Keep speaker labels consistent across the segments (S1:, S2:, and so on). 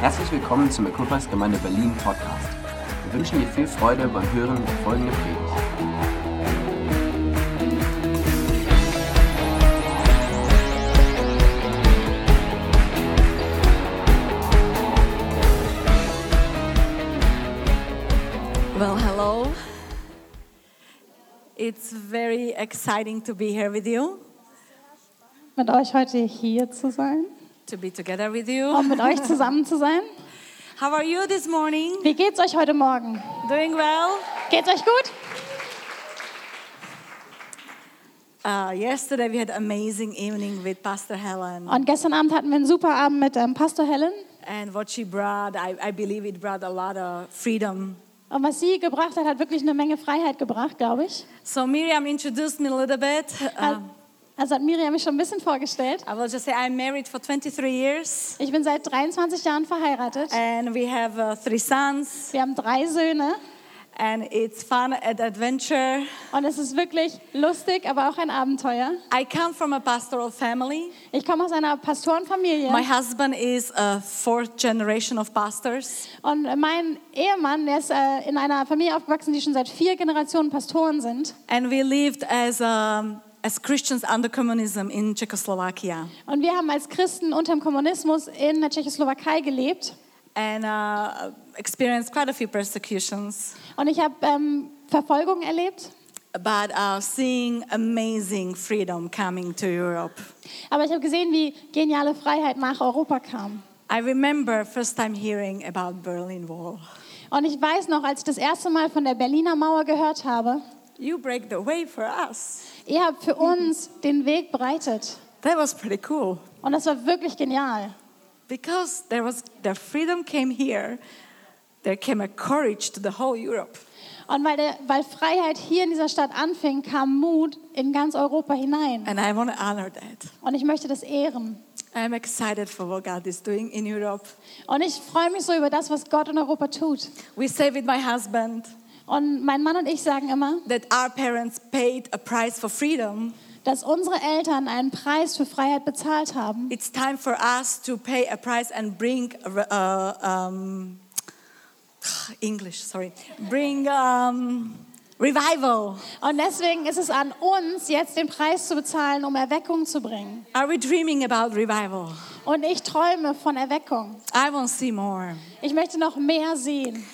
S1: Herzlich willkommen zum Equipers Gemeinde Berlin Podcast. Wir wünschen dir viel Freude beim Hören der folgenden Predigt.
S2: Well, hello. It's very exciting to be here with you,
S3: mit euch heute hier zu sein
S2: to be together with
S3: und
S2: you.
S3: mit euch zusammen zu sein.
S2: How are you this morning?
S3: Wie geht's euch heute Morgen?
S2: Doing well?
S3: Geht's euch gut?
S2: Uh, yesterday we had amazing evening with Pastor Helen,
S3: Und gestern Abend hatten wir einen super Abend mit ähm, Pastor Helen.
S2: and what she brought, I, I believe it brought a lot of freedom.
S3: Und was sie gebracht hat, hat wirklich eine Menge Freiheit gebracht, glaube ich.
S2: So Miriam introduced me a little bit.
S3: Al-
S2: Um,
S3: Also hat Miriam mich schon ein bisschen vorgestellt.
S2: I will just say I'm married for 23 years,
S3: Ich bin seit 23 Jahren verheiratet.
S2: and we have uh, three sons,
S3: Wir haben drei Söhne.
S2: and it's fun and adventure.
S3: Und es ist wirklich lustig, aber auch ein Abenteuer.
S2: I come from a pastoral family.
S3: Ich komme aus einer Pastorenfamilie.
S2: My husband is a fourth generation of pastors,
S3: Und mein Ehemann, der ist äh, in einer Familie aufgewachsen, die schon seit vier Generationen Pastoren sind.
S2: and we lived as um, as Christians under communism in Czechoslovakia.
S3: Und wir haben als Christen unter dem Kommunismus in der Tschechoslowakei gelebt.
S2: And uh, experienced quite a few persecutions,
S3: Und ich habe ähm, Verfolgung erlebt.
S2: but uh, seeing amazing freedom coming to Europe.
S3: Aber ich habe gesehen, wie geniale Freiheit nach Europa kam.
S2: I remember first time hearing about Berlin Wall.
S3: Und ich weiß noch, als ich das erste Mal von der Berliner Mauer gehört habe,
S2: You break the way for us.
S3: ihr habt für uns den Weg bereitet.
S2: That was pretty cool
S3: Und das war wirklich genial.
S2: because there was the freedom came here. There came a courage to the whole Europe.
S3: Und weil, der, weil Freiheit hier in dieser Stadt anfing, kam Mut in ganz Europa hinein.
S2: And I want to honor that.
S3: Und ich möchte das ehren.
S2: I'm excited for what God is doing in Europe.
S3: Und ich freue mich so über das, was Gott in Europa tut.
S2: We say with my husband
S3: Und mein Mann und ich sagen immer,
S2: that our parents paid a price for freedom.
S3: dass unsere Eltern einen Preis für Freiheit bezahlt haben.
S2: It's time for us to pay a price and bring uh, um, English, sorry, bring um, revival.
S3: Und deswegen ist es an uns, jetzt den Preis zu bezahlen, um Erweckung zu bringen.
S2: Are we dreaming about revival?
S3: Und ich träume von Erweckung.
S2: I want to see more.
S3: Ich möchte noch mehr sehen.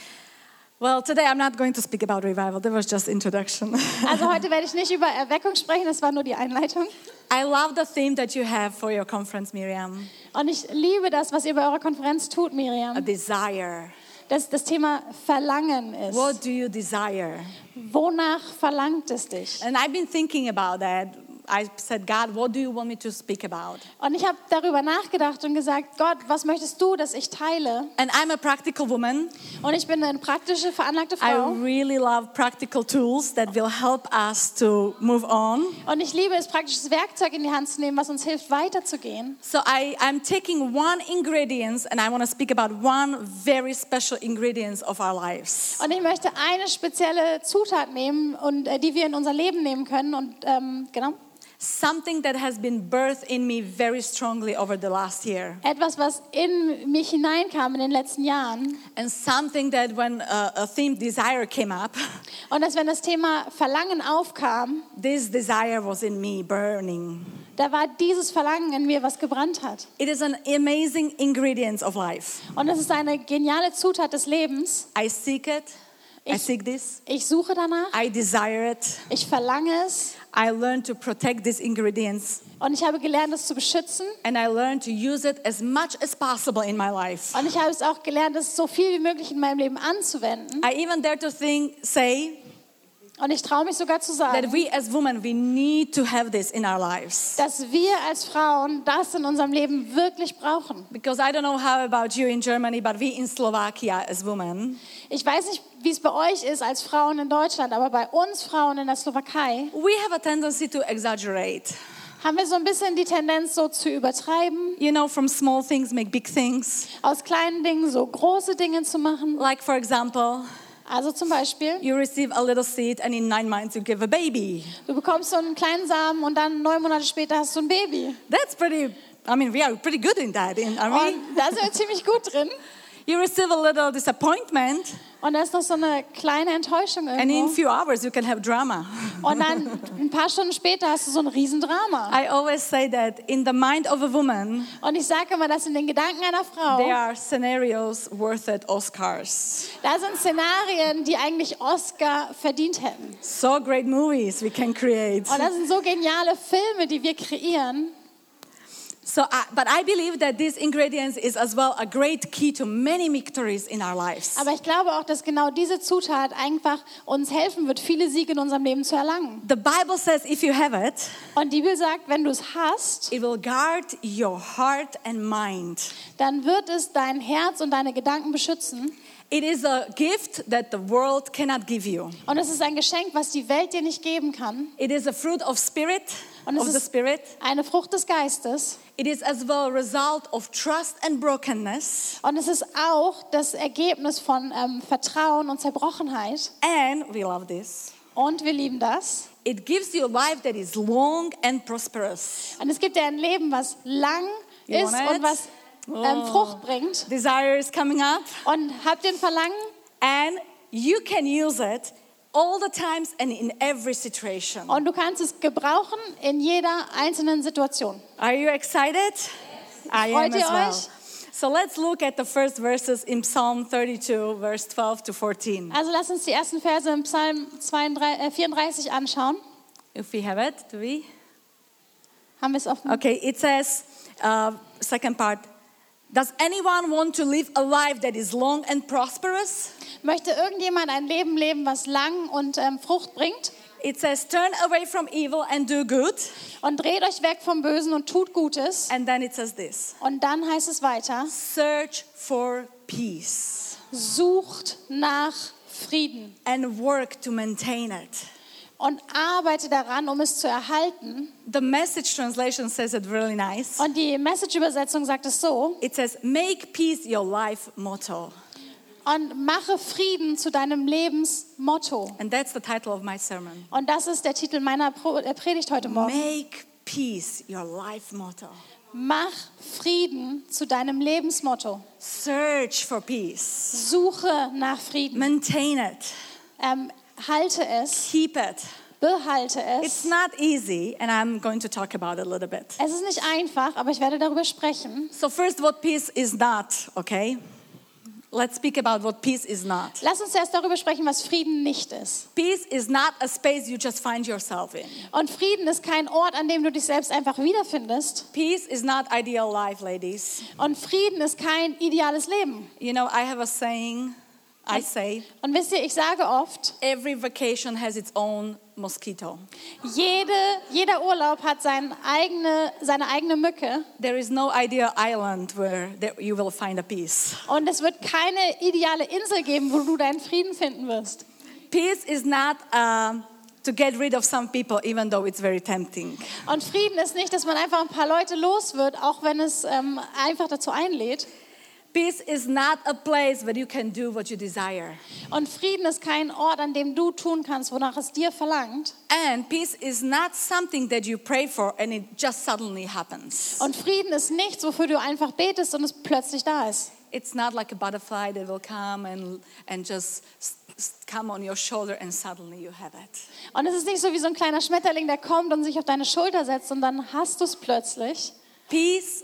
S2: Well, today I'm not going to speak about revival. That was just introduction.
S3: Also heute werde ich nicht über Erweckung sprechen, das war nur die Einleitung.
S2: I love the theme that you have for your conference, Miriam.
S3: Und ich liebe das, was ihr bei eurer Konferenz tut,
S2: A
S3: Miriam.
S2: desire.
S3: Dass das Thema Verlangen ist.
S2: What do you desire?
S3: Wonach verlangt es dich?
S2: And I've been thinking about that. I said, God, what do you want me to speak about?
S3: Und ich habe darüber nachgedacht und gesagt, Gott, was möchtest du, dass ich teile?
S2: And I'm a practical woman.
S3: Und ich bin eine praktische, veranlagte Frau.
S2: I really love practical tools that will help us to move on.
S3: Und ich liebe es, praktisches Werkzeug in die Hand zu nehmen, was uns hilft, weiterzugehen.
S2: So I, I'm taking one ingredient and I want to speak about one very special ingredient of our lives.
S3: Und ich möchte eine spezielle Zutat nehmen, und, äh, die wir in unser Leben nehmen können. Und ähm, genau,
S2: Something that has been birthed in me very strongly over the last year.
S3: etwas, was in mich hineinkam in den letzten Jahren.
S2: And something that when uh, a theme desire came up,
S3: Und dass, wenn das Thema Verlangen aufkam,
S2: this desire was in me burning.
S3: da war dieses Verlangen in mir, was gebrannt hat.
S2: It is an amazing ingredient of life.
S3: Und es ist eine geniale Zutat des Lebens.
S2: I seek it. I
S3: Ich-
S2: seek this.
S3: Ich suche danach,
S2: I desire it.
S3: ich verlange es.
S2: I learn to protect these ingredients
S3: Und ich habe gelernt, es zu beschützen.
S2: and I learn to use it as much as possible in my life.
S3: Und ich habe es auch gelernt, es so viel wie möglich in meinem Leben anzuwenden.
S2: I even dare to think, say
S3: Und ich traue mich sogar zu sagen,
S2: that we as women, we need to have this in our lives.
S3: dass wir als Frauen das in unserem Leben wirklich brauchen.
S2: Because I don't know how about you in Germany, but we in Slovakia as women,
S3: Ich weiß nicht, wie es bei euch ist als Frauen in Deutschland, aber bei uns Frauen in der Slowakei
S2: we have a tendency to exaggerate.
S3: haben wir so ein bisschen die Tendenz, so zu übertreiben,
S2: You know, from small things make big things.
S3: aus kleinen Dingen so große Dinge zu machen.
S2: Like, for example,
S3: Also zum Beispiel,
S2: you receive a little seed and in nine months you give a baby.
S3: du bekommst so einen kleinen Samen und dann neun Monate später hast du ein Baby.
S2: That's pretty, I mean, we are pretty good in that, in, are we?
S3: Und da sind wir ziemlich gut drin.
S2: You receive a little disappointment,
S3: Und da ist noch so eine kleine Enttäuschung
S2: and in a
S3: irgendwo.
S2: few hours you can have drama.
S3: Und dann ein paar Stunden später hast du so ein Riesendrama.
S2: I always say that in the mind of a woman,
S3: Und ich sage immer, dass in den Gedanken einer
S2: there
S3: Frau,
S2: are scenarios worth it Oscars.
S3: da sind Szenarien, die eigentlich Oscar verdient hätten.
S2: So great movies we can create.
S3: Und das sind so geniale Filme, die wir kreieren.
S2: So, I, but I believe that these ingredients is as well a great key to many victories in our lives.
S3: Aber ich glaube auch, dass genau diese Zutat einfach uns helfen wird, viele Siege in unserem Leben zu erlangen.
S2: The Bible says if you have it,
S3: Und die Bibel sagt, wenn du es hast,
S2: it will guard your heart and mind.
S3: dann wird es dein Herz und deine Gedanken beschützen.
S2: It is a gift that the world cannot give you.
S3: Und es ist ein Geschenk, was die Welt dir nicht geben kann.
S2: It is a fruit of spirit,
S3: Und es
S2: of the
S3: ist-
S2: spirit.
S3: Eine Frucht des Geistes.
S2: It is as well a result of trust and brokenness,
S3: Und es ist auch das Ergebnis von ähm, Vertrauen und Zerbrochenheit.
S2: and we love this.
S3: Und wir lieben das.
S2: It gives you a life that is long and prosperous.
S3: Und es gibt ja ein Leben, was lang
S2: You
S3: ist
S2: want it?
S3: und was ähm,
S2: Oh.
S3: Frucht bringt.
S2: Desire is coming up,
S3: Und habt ihr ein Verlangen?
S2: and you can use it all the times and in every situation.
S3: Und du kannst es gebrauchen in jeder einzelnen Situation.
S2: Are you excited? I am
S3: Freut ihr
S2: as well.
S3: euch?
S2: So let's look at the first verses in Psalm 32, verse 12 to 14.
S3: Also lass uns die ersten Verse im Psalm 32, äh, 34 anschauen.
S2: If we have it, do we?
S3: Haben wir es offen?
S2: Okay, it says, uh, second part. Does anyone want to live a life that is long and prosperous?
S3: Möchte irgendjemand ein Leben leben, was lang und ähm, Frucht bringt?
S2: It says, turn away from evil and do good.
S3: Und dreht euch weg vom Bösen und tut Gutes.
S2: And then it says this
S3: Und dann heißt es weiter,
S2: search for peace
S3: sucht nach Frieden
S2: and work to maintain it.
S3: und arbeite daran, um es zu erhalten.
S2: The message translation says it really nice.
S3: Und die Message-Übersetzung sagt es so,
S2: It says, make peace your life motto.
S3: und mache Frieden zu deinem Lebensmotto.
S2: And that's the title of my sermon.
S3: Und das ist der Titel meiner Pro äh, Predigt heute Morgen.
S2: Make peace your life motto.
S3: Mach Frieden zu deinem Lebensmotto.
S2: Search for peace,
S3: Suche nach Frieden.
S2: maintain it,
S3: Ähm, halte es,
S2: keep it.
S3: behalte
S2: It's
S3: es.
S2: not easy, and I'm going to talk about it a little bit.
S3: Es ist nicht einfach, aber ich werde darüber sprechen.
S2: So, first, what peace is not, okay? Let's speak about what peace is not.
S3: Lass uns erst darüber sprechen, was Frieden nicht ist.
S2: Peace is not a space you just find yourself in.
S3: Und Frieden ist kein Ort, an dem du dich selbst einfach wiederfindest.
S2: Peace is not ideal life, ladies.
S3: Und Frieden ist kein ideales Leben.
S2: You know, I have a saying, I say,
S3: Und wisst ihr, ich sage oft,
S2: every vacation has its own mosquito.
S3: jede, jeder Urlaub hat seine eigene, seine eigene Mücke.
S2: There is no ideal island where there you will find a peace.
S3: Und es wird keine ideale Insel geben, wo du deinen Frieden finden wirst.
S2: Peace is not um, to get rid of some people, even though it's very tempting.
S3: Und Frieden ist nicht, dass man einfach ein paar Leute los wird, auch wenn es ähm, einfach dazu einlädt.
S2: Peace is not a place where you can do what you desire.
S3: Und Frieden ist kein Ort, an dem du tun kannst, wonach es dir verlangt.
S2: And peace is not something that you pray for and it just suddenly happens.
S3: Und Frieden ist nichts, wofür du einfach betest und es plötzlich da ist.
S2: It's not like a butterfly that will come and, and just s- s- come on your shoulder and suddenly you have it.
S3: Und es ist nicht so wie so ein kleiner Schmetterling, der kommt und sich auf deine Schulter setzt und dann hast du es plötzlich,
S2: Peace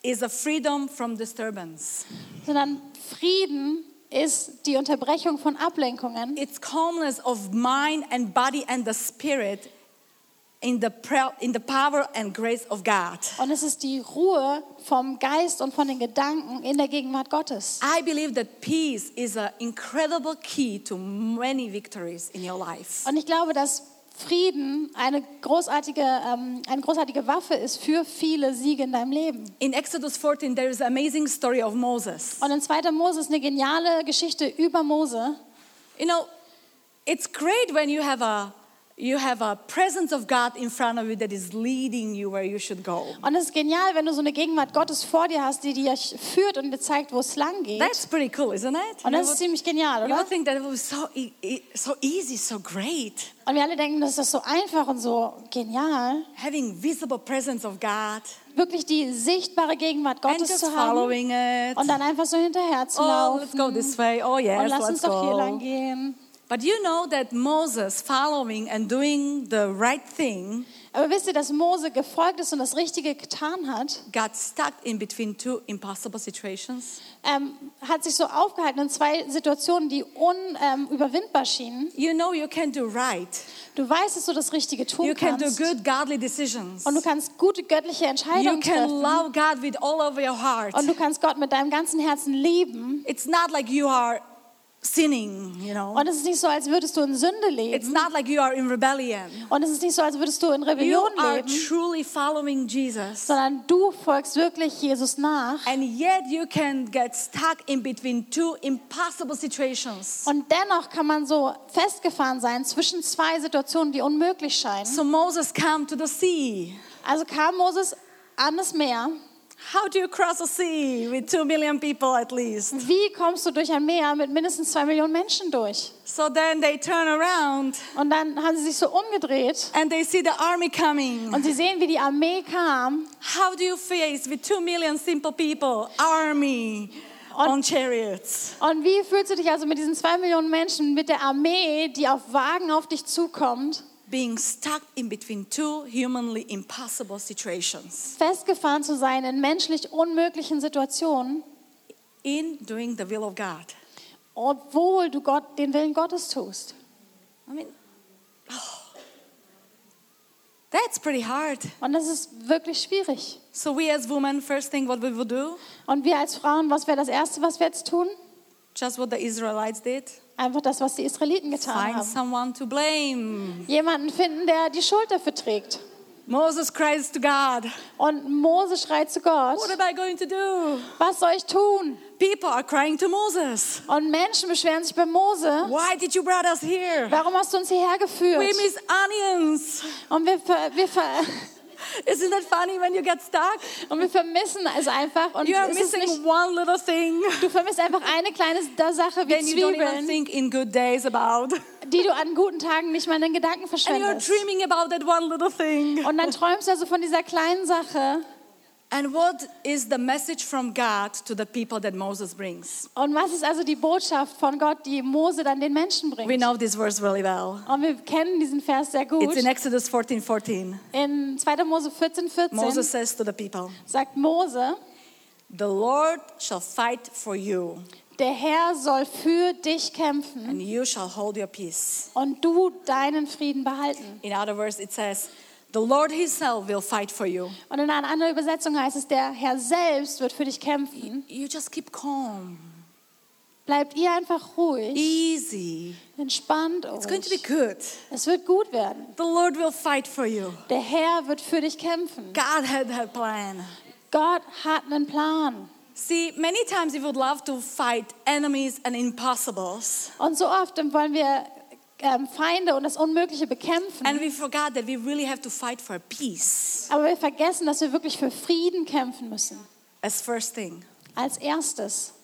S2: is a freedom from disturbance.
S3: sondern Frieden ist die Unterbrechung von Ablenkungen.
S2: It's calmness of mind and body and the spirit in the, pre- in the power and grace of God.
S3: Und es ist die Ruhe vom Geist und von den Gedanken in der Gegenwart Gottes.
S2: I believe that peace is an incredible key to many victories in your life.
S3: Und ich glaube, dass Frieden eine großartige, ähm, eine großartige Waffe ist für viele Siege in deinem Leben.
S2: In Exodus 14, there is an amazing story of Moses.
S3: Und in 2. Mose ist eine geniale Geschichte über Mose.
S2: You know, it's great when you have a you have a presence of God in front of you that is leading you where you should go.
S3: Und es ist genial, wenn du so eine Gegenwart Gottes vor dir hast, die dir führt und dir zeigt, wo es lang geht.
S2: That's pretty cool, isn't it?
S3: und
S2: You
S3: das ist
S2: would-
S3: ziemlich genial,
S2: you
S3: oder?
S2: would think that it was so, e- e- so easy, so great.
S3: Und wir alle denken, das ist so einfach und so genial,
S2: Having visible presence of God
S3: wirklich die sichtbare Gegenwart
S2: and
S3: Gottes
S2: just
S3: zu haben
S2: following it.
S3: und dann einfach so hinterher zu
S2: Oh,
S3: laufen.
S2: let's go this way. Oh,
S3: Und
S2: yes,
S3: lass uns
S2: let's
S3: doch hier lang
S2: go.
S3: gehen.
S2: But you know that Moses following and doing the right thing
S3: Aber wisst ihr, dass Mose gefolgt ist und das Richtige getan hat,
S2: got stuck in between two impossible situations?
S3: ähm, hat sich so aufgehalten in zwei Situationen, die unüberwindbar schienen.
S2: You know you can do right.
S3: Du weißt, dass du das Richtige tun
S2: You can do
S3: kannst.
S2: good godly decisions.
S3: Und du kannst gute göttliche
S2: You
S3: Entscheidungen
S2: can
S3: treffen.
S2: love God with all over your heart.
S3: Und du kannst Gott mit deinem ganzen Herzen lieben.
S2: It's not like you are sinning, you know.
S3: Und es ist nicht so, als würdest du in Sünde leben.
S2: It's not like you are in rebellion.
S3: Und es ist nicht so, als würdest du in
S2: You
S3: Rebellion
S2: are
S3: leben.
S2: truly following Jesus.
S3: Sondern du folgst wirklich Jesus nach.
S2: And yet you can get stuck in between two impossible situations.
S3: Und dennoch kann man so festgefahren sein zwischen zwei Situationen, die unmöglich scheinen.
S2: So Moses come to the sea.
S3: Also kam Moses an das Meer.
S2: How do you cross the sea with two million people at least?
S3: Wie kommst du durch ein Meer mit mindestens zwei Millionen Menschen durch?
S2: So then they turn around
S3: Und dann haben sie sich so umgedreht
S2: and they see the army coming.
S3: und sie sehen, wie die Armee kam.
S2: How do you face with two million simple people, army on chariots?
S3: Und wie fühlst du dich also mit diesen zwei Millionen Menschen, mit der Armee, die auf Wagen auf dich zukommt,
S2: Being stuck in between two humanly impossible situations.
S3: festgefahren zu sein in menschlich unmöglichen Situationen,
S2: In doing the will of God.
S3: obwohl du Gott, den Willen Gottes tust?
S2: I mean, oh, that's pretty hard.
S3: Und das ist wirklich schwierig.
S2: So we as women, first thing what we would do,
S3: Und wir als Frauen, was wäre das Erste, was wir jetzt tun?
S2: just what the Israelites did,
S3: Einfach das, was die Israeliten getan
S2: find
S3: haben.
S2: someone to blame.
S3: Jemanden finden, der die Schuld dafür trägt.
S2: Moses cries to God,
S3: Und Mose schreit zu Gott,
S2: what am I going to do?
S3: was soll ich tun?
S2: People are crying to Moses.
S3: Und Menschen beschweren sich bei Mose,
S2: Why did you brought us here?
S3: warum hast du uns hierher geführt?
S2: We miss onions.
S3: Und wir, ver, wir, ver,
S2: Isn't that funny when you get stuck?
S3: und wir vermissen es einfach. Und
S2: You are
S3: es ist
S2: missing
S3: nicht,
S2: one little thing.
S3: du vermisst einfach eine kleine Sache wie
S2: Then you don't even
S3: Zwiebeln,
S2: think in good days about.
S3: die du an guten Tagen nicht mal in den Gedanken
S2: And you're
S3: verschwendest.
S2: dreaming about that one little thing.
S3: Und dann träumst du also von dieser kleinen Sache.
S2: And what is the message from God to the people that Moses brings?
S3: Und was ist also die Botschaft von Gott, die Mose dann den Menschen bringt?
S2: We know this verse really well.
S3: Und wir kennen diesen Vers sehr gut.
S2: It's in Exodus 14 14.
S3: In 2. Mose 14, 14
S2: Moses says to the people,
S3: sagt Mose,
S2: The Lord shall fight for you,
S3: der Herr soll für dich kämpfen
S2: and you shall hold your peace.
S3: und du deinen Frieden behalten.
S2: In other words, it says, The Lord Himself will fight for you.
S3: Und in einer anderen Übersetzung heißt es, der Herr selbst wird für dich kämpfen.
S2: You just keep calm,
S3: Bleibt ihr einfach ruhig,
S2: easy.
S3: entspannt
S2: It's going to be
S3: euch.
S2: good.
S3: Es wird gut werden.
S2: The Lord will fight for you.
S3: Der Herr wird für dich kämpfen.
S2: God had a plan.
S3: Gott hat einen Plan.
S2: See, many times we would love to fight enemies and impossibles,
S3: Und so oft wollen wir ähm, Feinde und das Unmögliche
S2: and
S3: bekämpfen,
S2: we forgot that we really have to fight for peace
S3: aber wir vergessen, dass wir wirklich für Frieden kämpfen müssen.
S2: as first thing.
S3: Als erstes.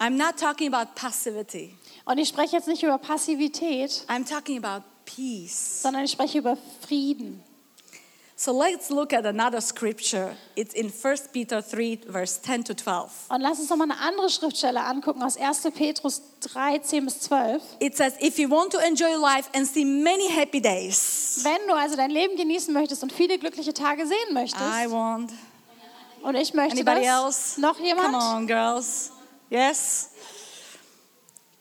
S2: I'm not talking about passivity.
S3: Und ich spreche jetzt nicht über Passivität,
S2: I'm talking about peace.
S3: sondern ich spreche über Frieden.
S2: So let's look at another scripture. It's in 1 Peter 3, verse 10 to 12.
S3: Und lass uns nochmal eine andere Schriftstelle angucken aus 1. Petrus 3, 10 bis 12.
S2: It says, If you want to enjoy life and see many happy days,
S3: Wenn du also dein Leben genießen möchtest und viele glückliche Tage sehen
S2: I
S3: möchtest,
S2: want.
S3: und ich möchte
S2: Anybody
S3: das,
S2: else?
S3: noch
S2: Come
S3: jemand?
S2: on, girls. Yes?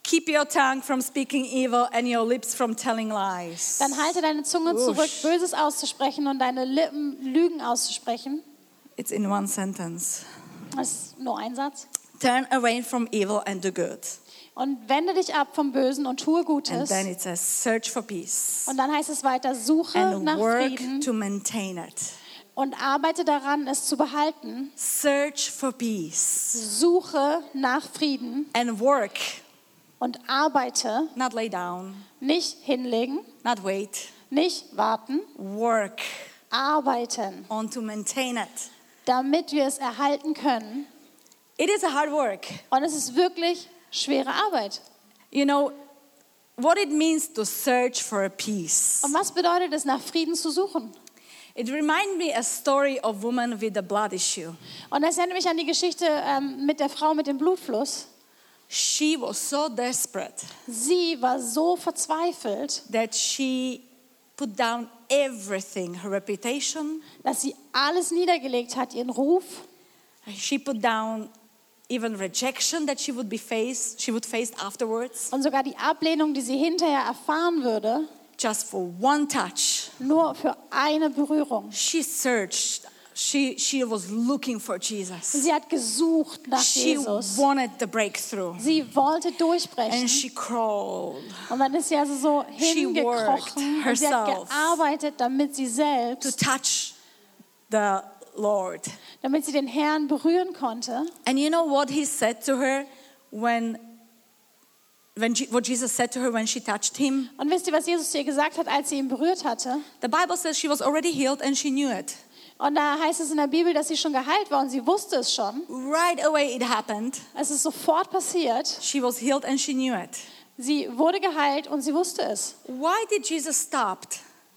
S2: Keep your tongue from speaking evil and your lips from telling lies.
S3: Dann halte deine Zunge
S2: Usch.
S3: zurück, Böses auszusprechen und deine Lippen Lügen auszusprechen.
S2: It's in one sentence.
S3: Das ist nur ein Satz.
S2: Turn away from evil and do good.
S3: Und wende dich ab vom Bösen und tue
S2: And
S3: Gutes.
S2: then it says, search for peace
S3: Und dann heißt es weiter, suche
S2: and
S3: nach
S2: work
S3: Frieden
S2: to maintain it.
S3: und arbeite daran, es zu behalten.
S2: Search for peace
S3: Suche nach Frieden
S2: and work,
S3: und arbeite,
S2: not lay down,
S3: nicht hinlegen,
S2: not wait,
S3: Nicht warten,
S2: work
S3: arbeiten,
S2: on to maintain it.
S3: damit wir es erhalten können.
S2: It is a hard work.
S3: Und es ist wirklich schwere Arbeit.
S2: You know, what it means to search for a peace.
S3: Und was bedeutet es, nach Frieden zu suchen?
S2: It reminds me a story of woman with a blood issue.
S3: Und das erinnert mich an die Geschichte ähm, mit der Frau mit dem Blutfluss.
S2: She was so desperate
S3: Sie war so verzweifelt,
S2: that she put down everything, her reputation,
S3: dass sie alles niedergelegt hat, ihren Ruf.
S2: she put down even rejection that she would be face she would face afterwards
S3: Und sogar die Ablehnung, die sie hinterher erfahren würde,
S2: just for one touch.
S3: nur für eine Berührung.
S2: She searched. She she was looking for Jesus.
S3: Sie hat gesucht nach
S2: She
S3: Jesus.
S2: wanted the breakthrough.
S3: Sie wollte durchbrechen.
S2: And she crawled
S3: Und dann ist sie also so
S2: She worked
S3: hingekrochen und sie hat
S2: herself.
S3: gearbeitet, damit sie
S2: to
S3: selbst,
S2: touch the Lord.
S3: damit sie den Herrn berühren konnte.
S2: And you know what he said to her when when Je- what Jesus said to her when she touched him?
S3: Und wisst ihr, was Jesus zu ihr gesagt hat, als sie ihn berührt hatte?
S2: The Bible says she was already healed and she knew it.
S3: Und da heißt es in der Bibel, dass sie schon geheilt war und sie wusste es schon.
S2: Right away it happened.
S3: Es ist sofort passiert.
S2: She was healed and she knew it.
S3: Sie wurde geheilt und sie wusste es.
S2: Why did Jesus stop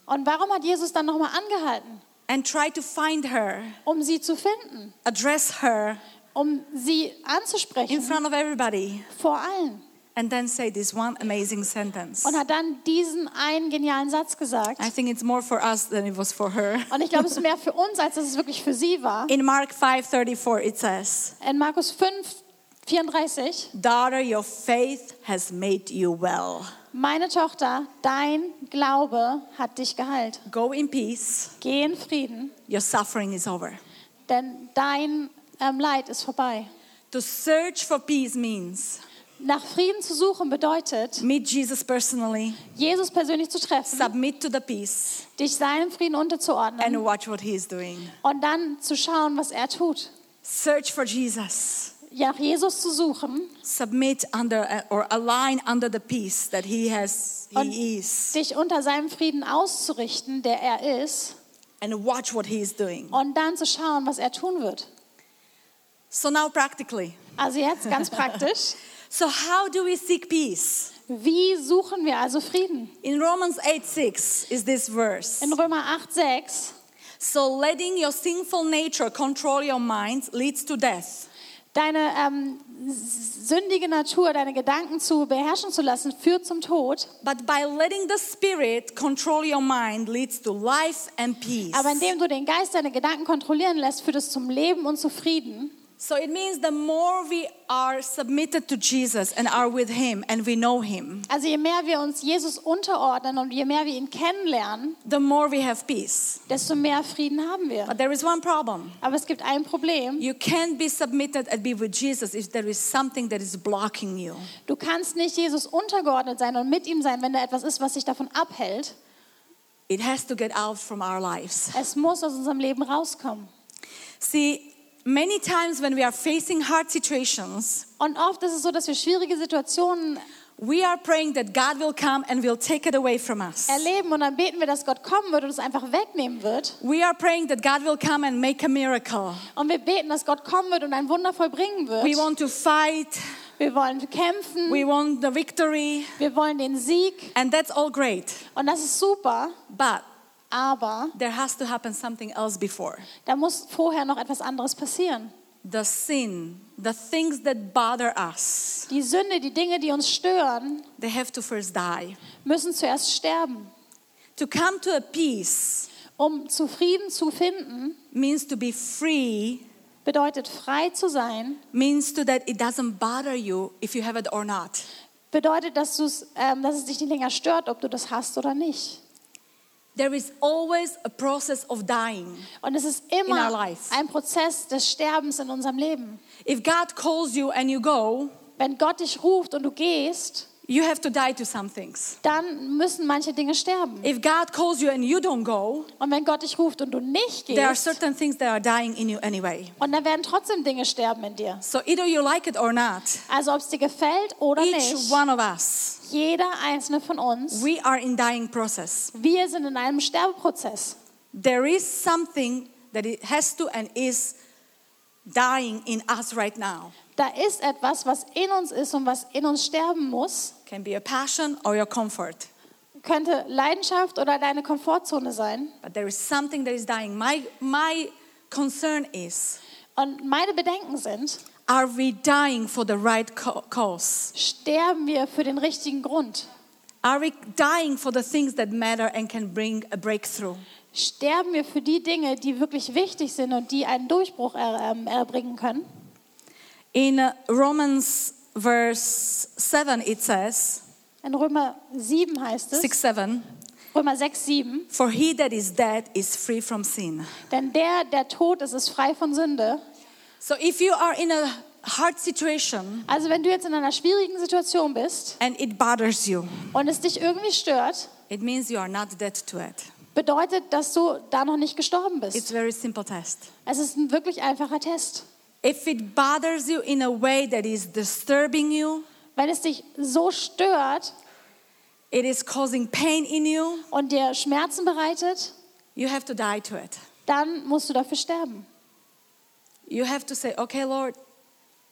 S3: Und warum hat Jesus dann nochmal angehalten?
S2: and try to find her,
S3: Um sie zu finden,
S2: address her
S3: um sie
S2: in
S3: anzusprechen
S2: front of everybody,
S3: vor allen.
S2: and then say this one amazing sentence?
S3: Und hat dann diesen einen genialen Satz gesagt.
S2: I think it's more for us than it was for her.
S3: Und ich glaube, es ist mehr für uns, als dass es wirklich für sie war.
S2: In Mark 5:34 it says,
S3: In Markus 5, 34,
S2: "Daughter, your faith has made you well.
S3: meine Tochter, dein Glaube hat dich geheilt.
S2: Go in peace.
S3: Geh in Frieden,
S2: Your suffering is over."
S3: denn dein ähm, Leid ist vorbei.
S2: To search for peace means
S3: Nach Frieden zu suchen bedeutet,
S2: meet Jesus personally,
S3: Jesus persönlich zu treffen,
S2: submit to the peace,
S3: dich seinem Frieden unterzuordnen
S2: and watch what he is doing.
S3: und dann zu schauen, was er tut.
S2: Search for Jesus.
S3: Ja, Nach Jesus zu suchen,
S2: submit under or align under the peace that he has
S3: Und-
S2: he is
S3: dich unter seinem Frieden auszurichten, der er ist,
S2: and watch what he is doing
S3: und dann zu schauen, was er tun wird.
S2: so now practically
S3: Also jetzt ganz praktisch.
S2: so how do we seek peace
S3: Wie suchen wir also Frieden?
S2: in romans 8 6 is this verse
S3: In Römer 8, 6.
S2: so letting your sinful nature control your minds leads to death
S3: Deine ähm, sündige Natur, deine Gedanken zu beherrschen zu lassen, führt zum Tod.
S2: but by letting the spirit control your mind leads to life and peace
S3: Aber indem du den Geist, deine Gedanken kontrollieren lässt, führt es zum Leben und zu Frieden.
S2: so it means the more we are submitted to jesus and are with him and we know him
S3: Also je mehr wir uns Jesus unterordnen und je mehr wir ihn kennenlernen,
S2: the more we have peace
S3: desto mehr Frieden haben wir.
S2: but there is one problem
S3: Aber es gibt ein Problem.
S2: You can't be submitted and be with Jesus if there is something that is blocking you.
S3: Du kannst nicht Jesus untergeordnet sein und mit ihm sein, wenn da etwas ist, was dich davon abhält.
S2: It has to get out from our lives.
S3: Es muss aus unserem Leben rauskommen.
S2: See, many times when we are facing hard situations,
S3: Und oft ist es so, dass wir schwierige Situationen
S2: we are praying that God will come and will take it away from us.
S3: erleben und dann beten wir, dass Gott kommen wird und es einfach wegnehmen wird.
S2: We are praying that God will come and make a miracle.
S3: Und wir beten, dass Gott kommen wird und ein Wunder vollbringen wird.
S2: We want to fight,
S3: Wir wollen kämpfen,
S2: we want the victory,
S3: wir wollen den Sieg
S2: and that's all great.
S3: und das ist super,
S2: But
S3: aber
S2: there has to happen something else before.
S3: da muss vorher noch etwas anderes passieren.
S2: The sin, the things that bother us,
S3: Die Sünde, die Dinge, die uns stören,
S2: they have to first die.
S3: müssen zuerst sterben.
S2: To come to a peace
S3: Um zu Frieden zu finden,
S2: means to be free
S3: bedeutet frei zu sein,
S2: means to that it doesn't bother you if you have it or not
S3: bedeutet, dass, du's, ähm, dass es dich nicht länger stört, ob du das hast oder nicht.
S2: there is always a process of dying
S3: Und es ist
S2: In our
S3: immer
S2: life.
S3: ein Prozess des Sterbens in unserem Leben.
S2: if god calls you and you go
S3: Wenn Gott dich ruft und du gehst,
S2: you have to die to some things.
S3: dann müssen manche Dinge sterben.
S2: If God calls you and you don't go,
S3: Und wenn Gott dich ruft und du nicht
S2: there are
S3: gehst,
S2: certain things that are dying in you anyway.
S3: und dann werden trotzdem Dinge sterben in dir.
S2: So either you like it or not,
S3: Also ob es dir gefällt oder
S2: each
S3: nicht,
S2: one of us,
S3: jeder einzelne von uns,
S2: we are in dying process.
S3: wir sind in einem Sterbeprozess.
S2: There is something that it has to and is dying in us right now.
S3: Da ist etwas, was in uns ist und was in uns sterben muss,
S2: Can be a passion or your comfort.
S3: könnte Leidenschaft oder deine Komfortzone sein.
S2: But there is something that is dying. My, my concern is
S3: Und meine Bedenken sind,
S2: are we dying for the right co- cause?
S3: sterben wir für den richtigen Grund?
S2: Are we dying for the things that matter and can bring a breakthrough?
S3: Sterben wir für die Dinge, die wirklich wichtig sind und die einen Durchbruch er, ähm, erbringen können?
S2: In uh, Romans verse 7, it says,
S3: In Römer 7 heißt es,
S2: 6 7,
S3: Römer 6, 7,
S2: for he that is dead is free from sin.
S3: denn der, der tot ist, ist frei von Sünde.
S2: So if you are in a hard situation
S3: Also wenn du jetzt in einer schwierigen Situation bist
S2: and it bothers you,
S3: und es dich irgendwie stört,
S2: it means you are not dead to it.
S3: bedeutet, dass du da noch nicht gestorben
S2: It's
S3: bist.
S2: a very simple test.
S3: Es ist ein wirklich einfacher Test.
S2: If it bothers you in a way that is disturbing you,
S3: Wenn es dich so stört
S2: it is causing pain in you,
S3: und dir Schmerzen bereitet,
S2: you have to die to it.
S3: dann musst du dafür sterben.
S2: You have to say, okay, Lord,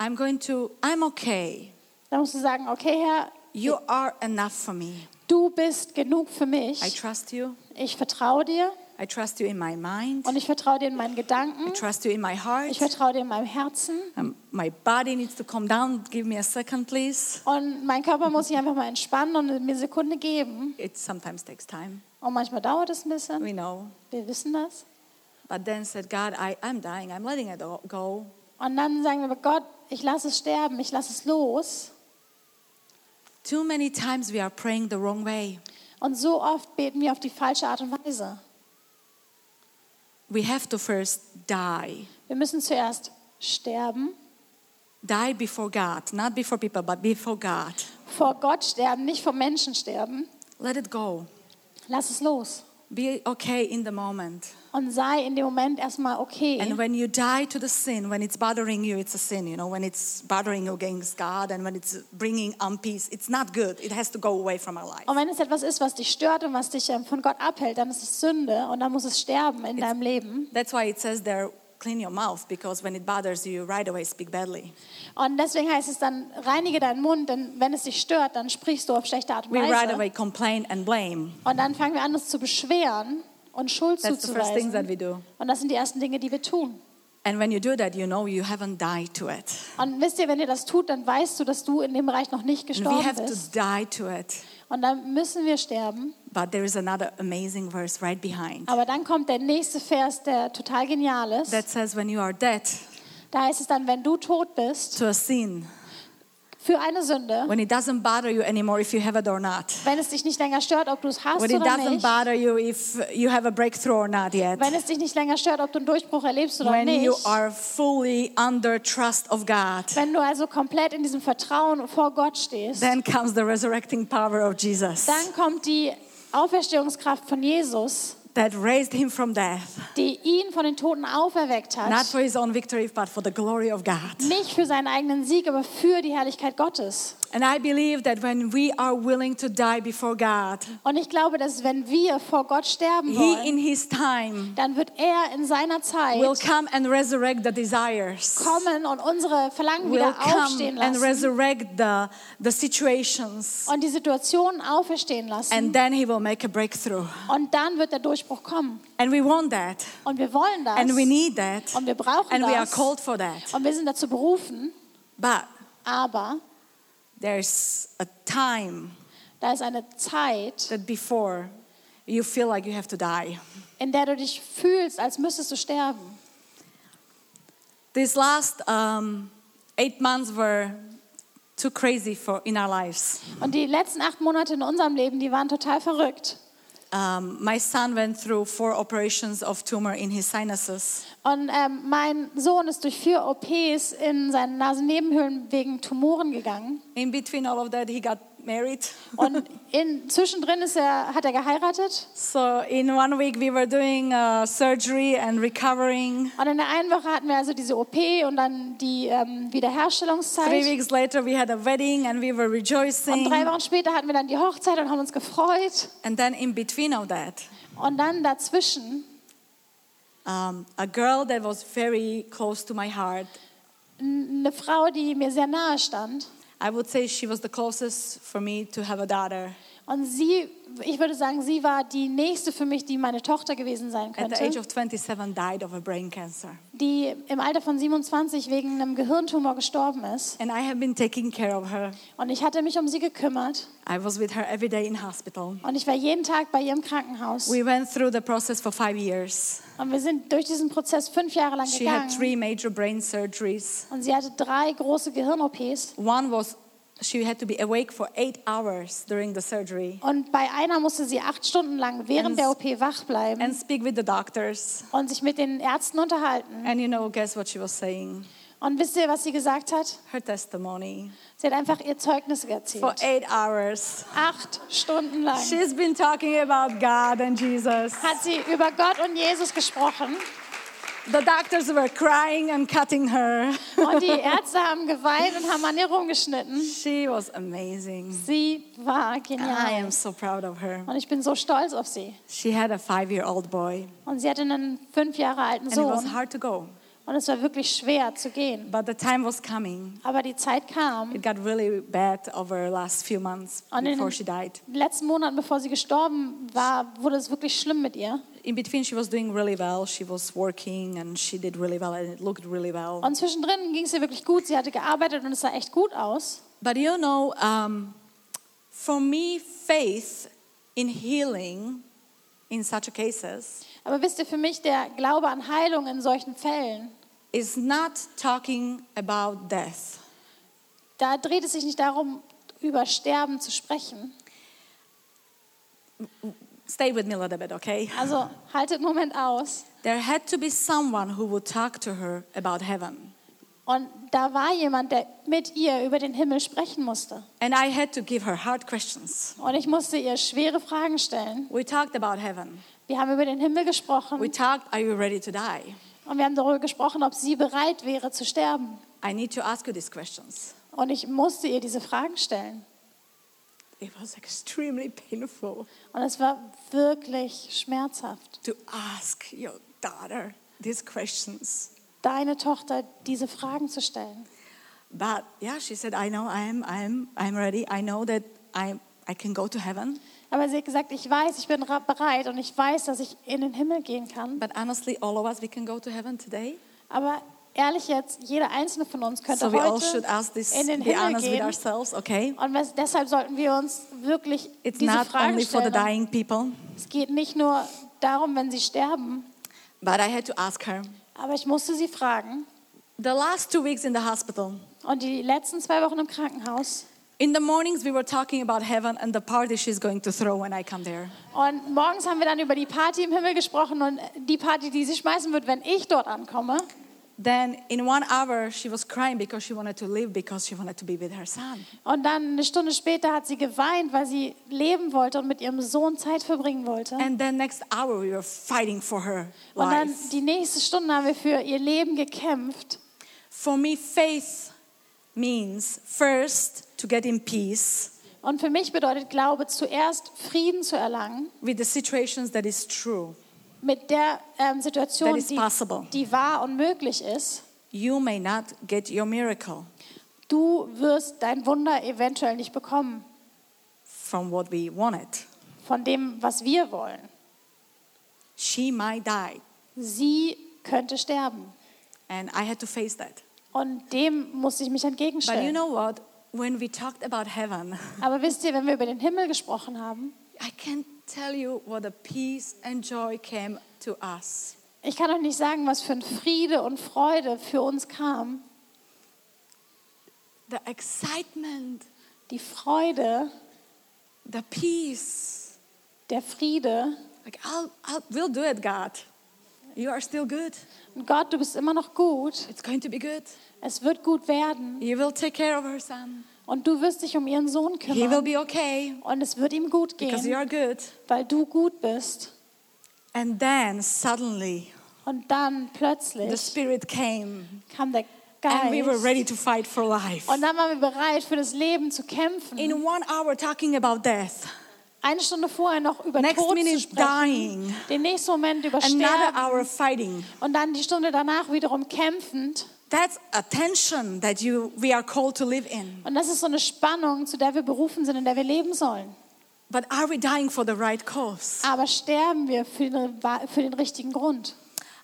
S2: I'm going to, I'm okay.
S3: Dann musst du sagen, okay Herr,
S2: You are enough for me.
S3: du bist genug für
S2: I
S3: mich.
S2: trust you.
S3: Ich vertraue dir
S2: I trust you in my mind.
S3: und ich vertraue dir in meinen
S2: I
S3: Gedanken.
S2: trust you in my heart.
S3: Ich vertraue dir in meinem Herzen.
S2: Um, my body needs to calm down. Give me a second, please.
S3: Und mein Körper muss sich einfach mal entspannen und mir eine Sekunde geben.
S2: It sometimes takes time.
S3: Und manchmal dauert es ein bisschen.
S2: We know.
S3: Wir wissen das.
S2: But then said, God, I, I'm dying. I'm letting it all go.
S3: Und dann sagen wir, Gott, ich lasse es sterben, ich lasse es los.
S2: Too many times we are praying the wrong way.
S3: Und so oft beten wir auf die falsche Art und Weise.
S2: We have to first die.
S3: Wir müssen zuerst sterben,
S2: Die before God, not before people, but before God.
S3: vor Gott sterben, nicht vor Menschen sterben.
S2: Let it go.
S3: Lass es los
S2: Be okay in the moment.
S3: und sei in dem Moment erstmal
S2: And
S3: okay.
S2: when you die to the sin, when it's bothering you, it's a sin, you know, when it's bothering you against God and when it's bringing unpeace, it's not good. It has to go away from our life.
S3: Und wenn es etwas ist, was dich stört und was dich ähm, von Gott abhält, dann ist es Sünde und dann muss es sterben in deinem Leben.
S2: That's why it says there, clean your mouth, because when it bothers you, you right away speak badly.
S3: Und deswegen heißt es dann, reinige deinen Mund, denn wenn es dich stört, dann sprichst du auf schlechte Art und
S2: We right away
S3: Weise.
S2: complain and blame.
S3: Und dann fangen wir an, uns zu beschweren und Schuld
S2: That's the first thing that we do.
S3: zuzuweisen. Und das sind die ersten Dinge, die wir tun.
S2: And when you do that, you know you haven't died to it.
S3: Und wisst ihr, wenn ihr das tut, dann weißt du, dass du in dem Bereich noch nicht
S2: And we
S3: gestorben
S2: have to
S3: bist.
S2: die to it.
S3: Und dann müssen wir sterben.
S2: But there is another amazing verse right behind
S3: Aber dann kommt der nächste Vers, der total genial ist.
S2: that says, when you are dead
S3: Da heißt es dann, wenn du tot bist
S2: to a sin,
S3: für eine Sünde,
S2: when it doesn't bother you anymore if you have it or not,
S3: wenn es dich nicht länger stört, ob du es hast
S2: when it
S3: oder
S2: doesn't
S3: nicht,
S2: bother you if you have a breakthrough or not yet,
S3: wenn es dich nicht länger stört, ob du einen Durchbruch erlebst oder
S2: when
S3: nicht,
S2: you are fully under trust of God,
S3: wenn du also komplett in diesem Vertrauen vor Gott stehst,
S2: then comes the resurrecting power of Jesus
S3: dann kommt die Auferstehungskraft von Jesus,
S2: that raised him from death,
S3: die ihn von den Toten auferweckt
S2: not
S3: hat.
S2: for his own victory, but for the glory of God.
S3: Nicht für seinen eigenen Sieg, aber für die Herrlichkeit Gottes.
S2: And I believe that when we are willing to die before God,
S3: Und ich glaube, dass wenn wir vor Gott sterben
S2: he
S3: wollen,
S2: in his time
S3: dann wird er in seiner Zeit
S2: will come and resurrect the desires.
S3: kommen und unsere Verlangen
S2: Will
S3: wieder
S2: come
S3: aufstehen
S2: and
S3: lassen
S2: resurrect the, the situations.
S3: und die Situationen auferstehen lassen.
S2: And then he will make a breakthrough.
S3: Und dann wird der Durchbruch kommen.
S2: And we want that.
S3: Und wir wollen das.
S2: And we need that.
S3: und wir brauchen
S2: And we are
S3: das.
S2: called for that.
S3: Und wir sind dazu berufen.
S2: But
S3: Aber
S2: there's a time
S3: da ist eine Zeit,
S2: that before you feel like you have to die.
S3: in der du dich fühlst, als müsstest du sterben.
S2: These last um, eight months were too crazy for in our lives.
S3: Und die letzten acht Monate in unserem Leben, die waren total verrückt.
S2: Um, my son went through four operations of tumor in his sinuses.
S3: Und ähm, mein Sohn ist durch vier OPs in seinen Nasennebenhöhlen wegen Tumoren gegangen.
S2: In between all of that, he got married.
S3: Und in, zwischendrin ist er, hat er geheiratet.
S2: So in one week we were doing uh, surgery and recovering.
S3: Und in der einen Woche hatten wir also diese OP und dann die ähm,
S2: Three
S3: Wiederherstellungszeit.
S2: weeks later we had a wedding and we were
S3: Und drei
S2: rejoicing.
S3: Wochen später hatten wir dann die Hochzeit und haben uns gefreut.
S2: And then in between all that,
S3: Und dann dazwischen
S2: um, a girl that was very close to my heart.
S3: n- eine Frau, die mir sehr nahe stand.
S2: I would say she was the closest for me to have a daughter.
S3: Und sie, ich würde sagen, sie war die nächste für mich, die meine Tochter gewesen sein
S2: At the age
S3: könnte,
S2: of 27, died of a brain cancer.
S3: die im Alter von 27 wegen einem Gehirntumor gestorben ist.
S2: And I have been taking care of her.
S3: Und ich hatte mich um sie gekümmert
S2: I was with her every day in hospital.
S3: und ich war jeden Tag bei ihr im Krankenhaus.
S2: We went through the process for five years.
S3: Und wir sind durch diesen Prozess fünf Jahre lang
S2: She had
S3: gegangen.
S2: three major brain surgeries.
S3: Und sie hatte drei große Gehirn-OPs.
S2: One was she had to be awake for eight hours during the surgery
S3: Und bei einer musste sie acht Stunden lang
S2: And-
S3: während der OP wach bleiben
S2: and speak with the doctors.
S3: und sich mit den Ärzten unterhalten.
S2: And you know, guess what she was saying?
S3: Und wisst ihr, was sie gesagt hat?
S2: Her testimony.
S3: Sie hat einfach ihr Zeugnis erzählt.
S2: For eight hours,
S3: Acht Stunden lang
S2: she's been talking about God and Jesus.
S3: hat sie über Gott und Jesus gesprochen.
S2: The doctors were crying and cutting her.
S3: Und die Ärzte haben geweint und haben an ihr rumgeschnitten.
S2: She was amazing.
S3: Sie war
S2: I am
S3: genial.
S2: so proud of her.
S3: Und ich bin so stolz auf sie.
S2: She had a five year old boy,
S3: Und sie hatte einen fünf Jahre alten
S2: and it was
S3: Sohn.
S2: hard to go.
S3: Und es war wirklich schwer zu gehen.
S2: But the time was coming.
S3: Aber die Zeit kam.
S2: It got really bad over the last few months
S3: And in-
S2: before she died.
S3: In den letzten Monaten, bevor sie gestorben war, wurde es wirklich schlimm mit ihr.
S2: In between, she was doing really well. She was working and she did really well and it looked really well.
S3: Und zwischendrin ging es ihr wirklich gut. Sie hatte gearbeitet und es sah echt gut aus.
S2: But you know, um, for me, faith in healing in such cases
S3: Aber wisst ihr, für mich der Glaube an Heilung in solchen Fällen,
S2: is not talking about death.
S3: da dreht es sich nicht darum, über Sterben zu sprechen.
S2: Stay with me a little bit, okay?
S3: Also haltet einen Moment aus.
S2: There had to be someone who would talk to her about heaven.
S3: Und da war jemand, der mit ihr über den Himmel sprechen musste.
S2: And I had to give her hard questions.
S3: Und ich musste ihr schwere Fragen stellen.
S2: We talked about heaven.
S3: Wir haben über den Himmel gesprochen
S2: We talked, are you ready to die?
S3: und wir haben darüber gesprochen, ob sie bereit wäre zu sterben.
S2: I need to ask you these questions.
S3: Und ich musste ihr diese Fragen stellen.
S2: It was extremely painful
S3: Und es war wirklich schmerzhaft,
S2: to ask your daughter these questions.
S3: deine Tochter diese Fragen zu stellen.
S2: But yeah, she said, I know I am, I am, I'm ready. I know that I, I can go to heaven.
S3: Aber sie hat gesagt, ich weiß, ich bin ra- bereit und ich weiß, dass ich in den Himmel gehen kann.
S2: But honestly, all of us, we can go to heaven today.
S3: Aber ehrlich jetzt, jeder einzelne von uns könnte
S2: So we all should ask
S3: heute
S2: this,
S3: in den
S2: be
S3: Himmel
S2: honest with
S3: gehen.
S2: ourselves, okay?
S3: Und was, deshalb sollten wir uns wirklich
S2: It's
S3: diese
S2: not
S3: Fragen
S2: only for the
S3: stellen. Und
S2: dying people.
S3: Es geht nicht nur darum, wenn sie sterben,
S2: But I had to ask her.
S3: aber ich musste sie fragen.
S2: The last two weeks in the hospital,
S3: Und die letzten zwei Wochen im Krankenhaus.
S2: in the mornings, we were talking about heaven and the party she's going to throw when I come there.
S3: Und morgens haben wir dann über die Party im Himmel gesprochen und die Party, die sie schmeißen wird, wenn ich dort ankomme.
S2: Then, in one hour, she was crying because she wanted to leave because she wanted to be with her son.
S3: Und dann eine Stunde später hat sie geweint, weil sie leben wollte und mit ihrem Sohn Zeit verbringen wollte.
S2: And then, next hour, we were fighting for her
S3: Und dann
S2: life.
S3: die nächste Stunde haben wir für ihr Leben gekämpft.
S2: For me, faith means first to get in peace
S3: Und für mich bedeutet Glaube zuerst Frieden zu erlangen
S2: with the situations that is true.
S3: mit der ähm, Situation,
S2: That is
S3: die,
S2: possible.
S3: die wahr und möglich ist.
S2: You may not get your miracle
S3: Du wirst dein Wunder eventuell nicht bekommen
S2: from what we wanted.
S3: von dem, was wir wollen.
S2: She might die,
S3: Sie könnte sterben.
S2: and I had to face that.
S3: Und dem musste ich mich
S2: But you
S3: entgegenstellen.
S2: know what? When we talked about heaven,
S3: Aber wisst ihr, wenn wir über den Himmel gesprochen haben,
S2: I can't tell you what a peace and joy came to us.
S3: ich kann euch nicht sagen, was für ein Friede und Freude für uns kam.
S2: The excitement,
S3: Die Freude,
S2: the peace.
S3: der Friede.
S2: Like, I'll, I'll, we'll do it, God. You are still good.
S3: Und Gott, du bist immer noch gut.
S2: It's going to be good.
S3: Es wird gut werden.
S2: You will take care of her son.
S3: Und du wirst dich um ihren Sohn
S2: He will
S3: kümmern.
S2: be okay
S3: Und es wird ihm gut
S2: because you
S3: gehen,
S2: are good.
S3: weil du gut bist.
S2: And then suddenly
S3: Und dann
S2: the
S3: plötzlich
S2: Spirit came
S3: kam der
S2: and we were
S3: Geist.
S2: ready to fight for life.
S3: Und dann waren wir bereit, für das Leben zu kämpfen.
S2: In one hour, talking about death.
S3: Eine Stunde vorher noch über
S2: Next
S3: Tod zu
S2: minute,
S3: sprechen.
S2: dying.
S3: Den nächsten Moment über
S2: Another
S3: Sterben.
S2: hour fighting.
S3: Und dann die Stunde danach wiederum kämpfend.
S2: That's a tension that you, we are called to live in.
S3: Und das ist so eine Spannung, zu der wir berufen sind, in der wir leben sollen.
S2: But are we dying for the right cause?
S3: Aber sterben wir für den, für den richtigen Grund.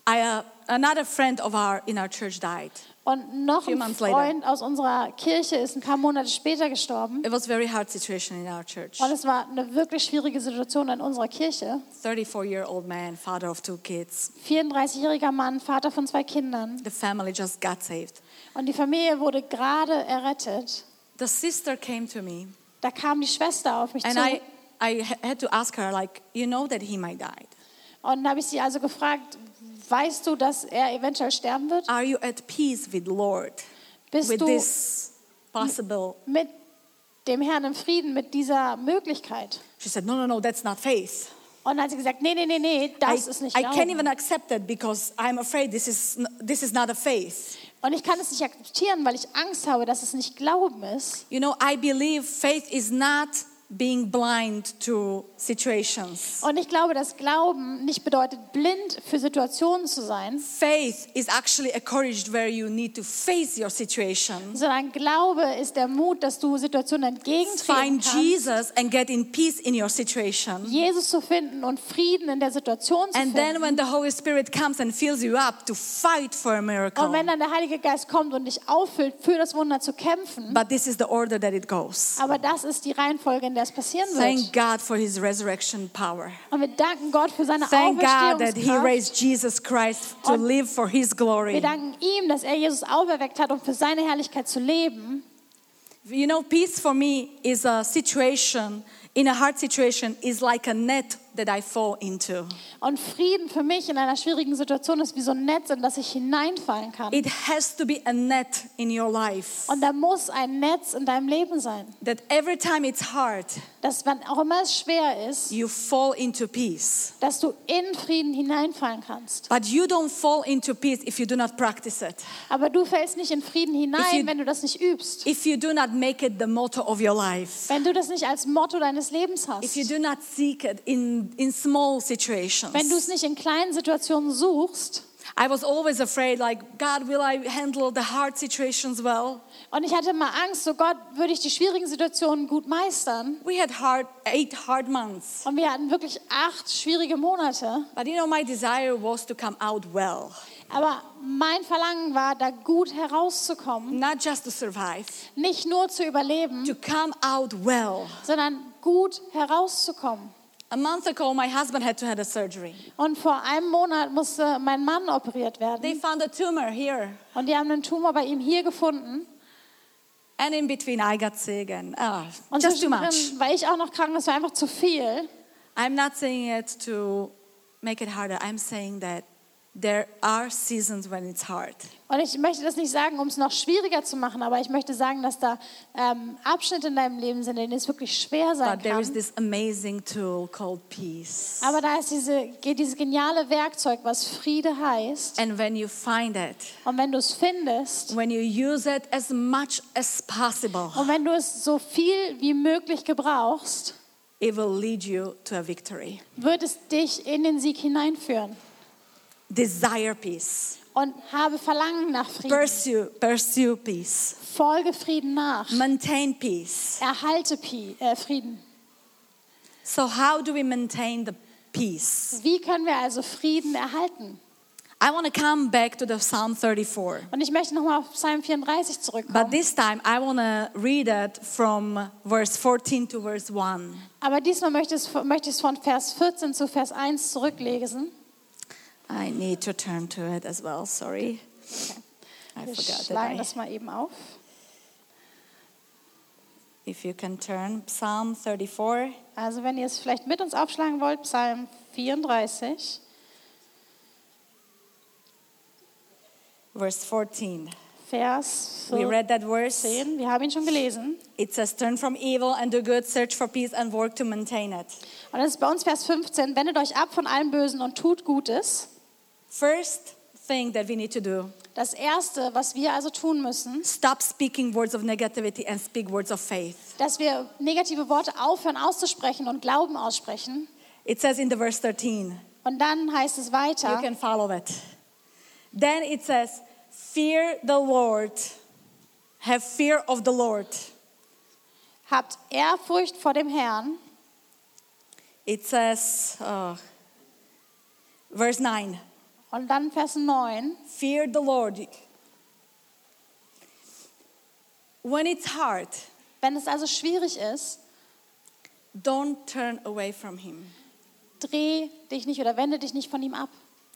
S2: I, uh, another friend of our in our church died.
S3: Und noch
S2: Few
S3: ein
S2: months later.
S3: Freund aus unserer Kirche ist ein paar Monate später gestorben.
S2: It was a very hard situation in our church.
S3: Und es war eine wirklich schwierige Situation in unserer Kirche.
S2: 34-year-old man, father of two kids.
S3: 34-jähriger Mann, Vater von zwei Kindern.
S2: The family just got saved.
S3: Und die Familie wurde gerade errettet.
S2: The sister came to me
S3: Da kam die Schwester auf mich
S2: and
S3: zu.
S2: I, I ha- had to ask her, like, you know that he might die.
S3: Und da habe ich sie also gefragt, weißt du, dass er eventuell sterben wird?
S2: Are you at peace with Lord?
S3: Bist
S2: Ah, with
S3: du
S2: this possible?
S3: mit dem Herrn im Frieden, mit dieser Möglichkeit?
S2: She said, no, no, no, that's not faith.
S3: Und dann hat sie gesagt, nee, nee, nee, nee, das
S2: I,
S3: ist nicht
S2: I can't even
S3: Glauben.
S2: accept that because I'm afraid this is, n- this is not a faith.
S3: Und ich kann es nicht akzeptieren, weil ich Angst habe, dass es nicht Glauben ist.
S2: You know, I believe faith is not being blind to situations.
S3: Und ich glaube, dass Glauben nicht bedeutet, blind für Situationen zu sein,
S2: Faith is actually encouraged where you need to face your situation,
S3: sondern Glaube ist der Mut, dass du Situationen entgegentreten
S2: find
S3: kannst,
S2: Jesus and get in peace in your situation.
S3: Jesus zu finden und Frieden in der Situation zu
S2: And then
S3: finden.
S2: when the Holy Spirit comes and fills you up to fight for a
S3: Und wenn
S2: miracle.
S3: dann der Heilige Geist kommt und dich auffüllt, für das Wunder zu kämpfen.
S2: But this is the order that it goes.
S3: Aber das ist die Reihenfolge, in der es passieren
S2: Thank
S3: wird.
S2: God for his resurrection power.
S3: Und wir danken Gott für seine
S2: Thank God that he
S3: Auferstehungskraft.
S2: raised Jesus Christ to
S3: Und-
S2: live for his glory.
S3: Wir danken ihm, dass er Jesus auferweckt hat, um für seine Herrlichkeit zu leben.
S2: You know, peace for me is a situation, in a hard situation, is like a net that I fall into.
S3: Und Frieden für mich in einer schwierigen Situation ist wie so ein Netz, in das ich hineinfallen kann.
S2: It has to be a net in your life
S3: Und da muss ein Netz in deinem Leben sein,
S2: that every time it's hard,
S3: dass wann auch immer es schwer ist,
S2: you fall into peace.
S3: dass du in Frieden hineinfallen kannst.
S2: But you don't fall into peace if you do not practice it,
S3: Aber du fällst nicht in Frieden
S2: If you-
S3: hinein, wenn du das nicht übst.
S2: if you do not make it the motto of your life,
S3: Wenn du das nicht als Motto deines Lebens
S2: if you
S3: hast.
S2: do not seek it in, in small
S3: Wenn du es
S2: situations.
S3: nicht in kleinen Situationen suchst.
S2: I was always afraid, like, God, will I handle the hard situations well?
S3: Und ich hatte mal Angst, so Gott, würde ich die schwierigen Situationen gut meistern?
S2: We had hard, eight hard months.
S3: Und wir hatten wirklich acht schwierige Monate.
S2: But you know, my desire was to come out well,
S3: Aber mein Verlangen war, da gut herauszukommen.
S2: not just to survive,
S3: Nicht nur zu überleben,
S2: to come out well.
S3: sondern gut herauszukommen.
S2: A month ago, my husband had to have a surgery.
S3: Und vor einem Monat musste mein Mann operiert
S2: They
S3: werden.
S2: found a tumor here,
S3: Und die haben einen Tumor bei ihm hier gefunden.
S2: and in between, I got sick, and ah,
S3: Und
S2: just too much.
S3: zwischendrin war ich auch noch krank, das war einfach zu viel.
S2: I'm not saying it to make it harder. I'm saying that there are seasons when it's hard.
S3: Und ich möchte das nicht sagen, um es noch schwieriger zu machen, aber ich möchte sagen, dass da ähm, Abschnitte in deinem Leben sind, in denen es wirklich schwer sein
S2: But there is
S3: kann.
S2: this amazing tool called peace.
S3: Aber da ist diese, geht dieses geniale Werkzeug, was Friede heißt.
S2: And when you find it,
S3: Und wenn du es findest
S2: when you use it as much as possible,
S3: und wenn du es so viel wie möglich gebrauchst,
S2: it will lead you to a victory.
S3: wird es dich in den Sieg hineinführen.
S2: Desire peace.
S3: Und habe Verlangen nach Frieden.
S2: Pursue, pursue peace.
S3: Folge Frieden nach.
S2: Maintain peace.
S3: Erhalte Pi- äh, Frieden.
S2: So how do we maintain the peace?
S3: Wie können wir also Frieden erhalten?
S2: I want to come back to the Psalm 34.
S3: Und ich möchte nochmal auf Psalm 34 zurückkommen.
S2: But this time I want to read it from verse 14 to verse 1.
S3: Aber diesmal möchte ich, es- möchte ich es von Vers 14 zu Vers 1 zurücklesen.
S2: I need to turn to it as well, sorry. I
S3: Wir
S2: forgot
S3: schlagen
S2: that. I,
S3: das mal eben auf.
S2: if you can turn Psalm 34.
S3: Also wenn ihr es vielleicht mit uns aufschlagen wollt, Psalm 34,
S2: verse 14.
S3: Vers
S2: We read that verse.
S3: 14. Wir haben ihn schon gelesen.
S2: It says, Turn from evil and do good, search for peace and work to maintain it.
S3: Und das ist bei uns Vers 15. Wendet euch ab von allem Bösen und tut Gutes.
S2: First thing that we need to do
S3: Das Erste, was wir also tun müssen,
S2: stop speaking words of negativity and speak words of faith.
S3: dass wir negative Worte aufhören auszusprechen und Glauben aussprechen.
S2: It says in the verse 13.
S3: Und dann heißt es
S2: You
S3: weiter,
S2: can follow it. Then it says, Fear the Lord. Have fear of the Lord.
S3: habt Ehrfurcht vor dem Herrn.
S2: It says, uh, verse 9
S3: Und dann Vers 9.
S2: Fear the Lord. When it's hard,
S3: Wenn es also schwierig ist,
S2: don't turn away from Him.
S3: dreh dich nicht oder wende dich nicht von ihm ab.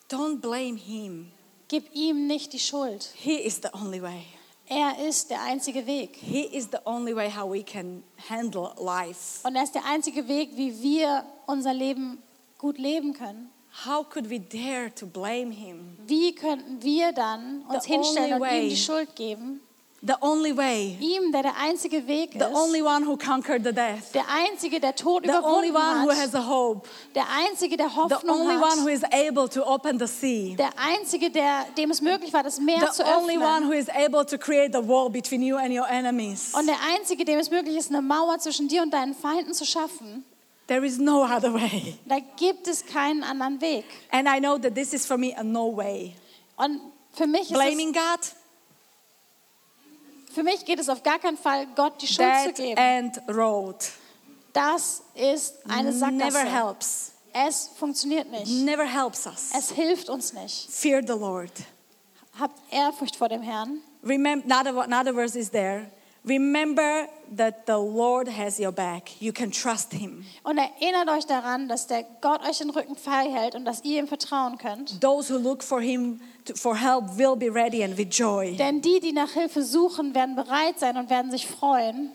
S2: Don't blame Him.
S3: Gib ihm nicht die Schuld.
S2: He is the only way.
S3: Er ist der einzige Weg.
S2: He is the only way how we can handle life.
S3: Und er ist der einzige Weg, wie wir unser Leben gut leben können.
S2: How could we dare to blame Him?
S3: Wie könnten wir dann uns
S2: The
S3: hinstellen
S2: only
S3: und ihm
S2: way.
S3: die Schuld geben?
S2: The only way
S3: Ihm, der der einzige Weg
S2: The
S3: ist,
S2: only one who conquered the death.
S3: der einzige, der Tod
S2: The only
S3: überwunden
S2: one who
S3: hat,
S2: has a hope.
S3: der einzige, der
S2: The
S3: Hoffnung
S2: only one who
S3: hat,
S2: is able to open the sea.
S3: der einzige, der, dem es möglich war, das Meer
S2: The
S3: zu
S2: only one
S3: öffnen
S2: who is able to create a wall between you and your enemies.
S3: und der einzige, dem es möglich ist, eine Mauer zwischen dir und deinen Feinden zu schaffen.
S2: There is no other way.
S3: Da gibt es keinen anderen Weg.
S2: And I know that this is for me a no way.
S3: Und für mich, ist es,
S2: Blaming God,
S3: für mich geht es auf gar keinen Fall, Gott die Schuld zu
S2: dead
S3: geben.
S2: end road.
S3: Das ist eine
S2: Never
S3: Sackgasse.
S2: helps.
S3: Es funktioniert nicht.
S2: Never helps us.
S3: Es hilft uns nicht.
S2: Fear the Lord.
S3: Habt Ehrfurcht vor dem Hern.
S2: Remember, another, another verse is there. Remember that the Lord has your back. You can trust Him.
S3: Und erinnert euch daran, dass der Gott euch den Rücken frei hält und dass ihr ihm vertrauen könnt.
S2: Those who look for him to, for help will be ready and with joy.
S3: Denn die, die nach Hilfe suchen, werden bereit sein und werden sich freuen.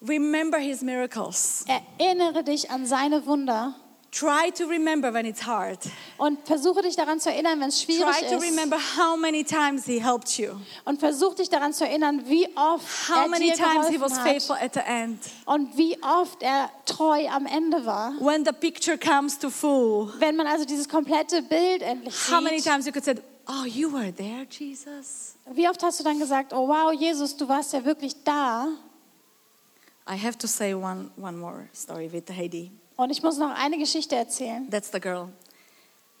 S2: Remember his miracles.
S3: Erinnere dich an seine Wunder
S2: Try to remember when it's hard.
S3: und versuche dich daran zu erinnern, wenn es schwierig
S2: Try to
S3: ist.
S2: remember how many times he helped you,
S3: Und versuche dich daran zu erinnern, wie oft
S2: how
S3: er
S2: many
S3: dir
S2: times he was
S3: geholfen
S2: faithful
S3: hat
S2: at the end.
S3: und wie oft er treu am Ende war.
S2: When the picture comes to full,
S3: Wenn man also dieses komplette Bild endlich
S2: how many
S3: sieht,
S2: times you could say, "Oh, you were there, Jesus.
S3: wie oft hast du dann gesagt, oh wow, Jesus, du warst ja wirklich da.
S2: I have to say one one more story with Heidi.
S3: Und ich muss noch eine Geschichte erzählen.
S2: That's the girl.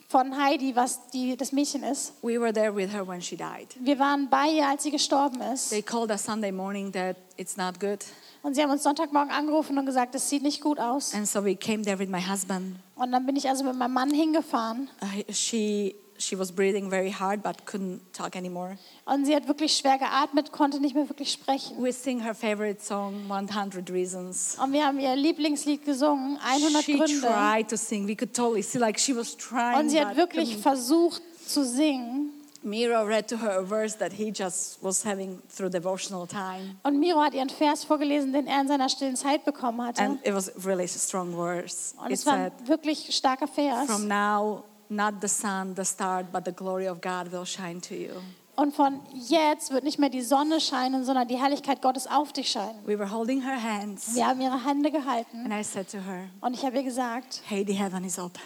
S3: von Heidi, was die, das Mädchen ist.
S2: We were there with her when she died.
S3: Wir waren bei ihr, als sie gestorben ist.
S2: They called us Sunday morning that it's not good.
S3: Und sie haben uns Sonntagmorgen angerufen und gesagt, das sieht nicht gut aus.
S2: And so we came there with my husband.
S3: Und dann bin ich also mit meinem Mann hingefahren.
S2: I- she she was breathing very hard but couldn't talk anymore.
S3: Und sie hat wirklich schwer geatmet, konnte nicht mehr wirklich sprechen.
S2: We sing her favorite song 100 reasons.
S3: Und wir haben ihr Lieblingslied gesungen, 100
S2: she
S3: Gründe.
S2: tried to sing. We could totally see like she was trying.
S3: Und sie hat
S2: but
S3: wirklich versucht zu singen.
S2: Miro read to her a verse that he just was having through devotional time.
S3: Und Miro hat ihren Vers vorgelesen, den er in seiner stillen Zeit bekommen hatte.
S2: And it was really strong verse.
S3: Und
S2: It
S3: es war
S2: said,
S3: ein wirklich starker Vers.
S2: From now, not the sun, the star, but the glory of God will shine to you.
S3: Und von jetzt wird nicht mehr die Sonne scheinen, sondern die Herrlichkeit Gottes auf dich scheinen.
S2: We were holding her hands.
S3: Wir haben ihre Hände gehalten
S2: And I said to her,
S3: und ich habe ihr gesagt,
S2: Hey, the heaven is open.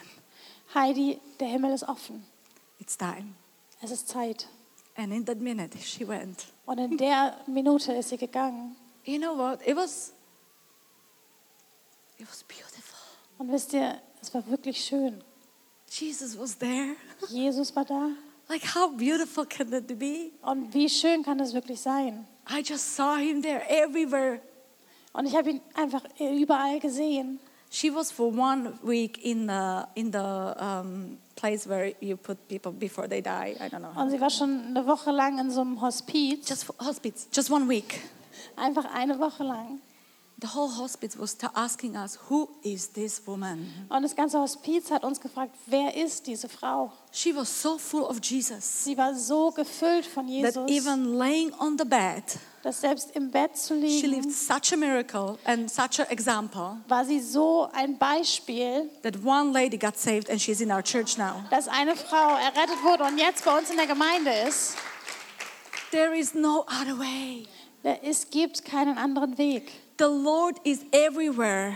S3: Heidi, der Himmel ist offen.
S2: It's time.
S3: Es ist Zeit.
S2: And in that minute, she went.
S3: Und in der Minute ist sie gegangen.
S2: You know what? It was. It was beautiful.
S3: Und wisst ihr, es war wirklich schön.
S2: Jesus was there.
S3: Jesus war da.
S2: Like how beautiful can that be?
S3: Und wie schön kann das wirklich sein?
S2: I just saw him there everywhere.
S3: Und ich habe ihn einfach überall gesehen.
S2: She was for one week in the in the um, place where you put people before they die. I don't know.
S3: Und sie war schon eine Woche lang in so einem Hospiz.
S2: Just for hospice. Just one week.
S3: Einfach eine Woche lang.
S2: The whole hospice was ta- asking us, "Who is this woman?"
S3: Und das ganze Hospiz hat uns gefragt, wer ist diese Frau?
S2: She was so full of Jesus
S3: Sie war so gefüllt von
S2: that
S3: Jesus,
S2: even laying on the bed,
S3: dass selbst im Bett zu
S2: She lived
S3: liegen,
S2: such a miracle and such an example
S3: war sie so ein Beispiel,
S2: that one lady got saved and she's in our church now.
S3: dass eine Frau errettet wurde und jetzt bei uns in der Gemeinde ist.
S2: There is no other way.
S3: Es gibt keinen anderen Weg.
S2: The Lord is everywhere.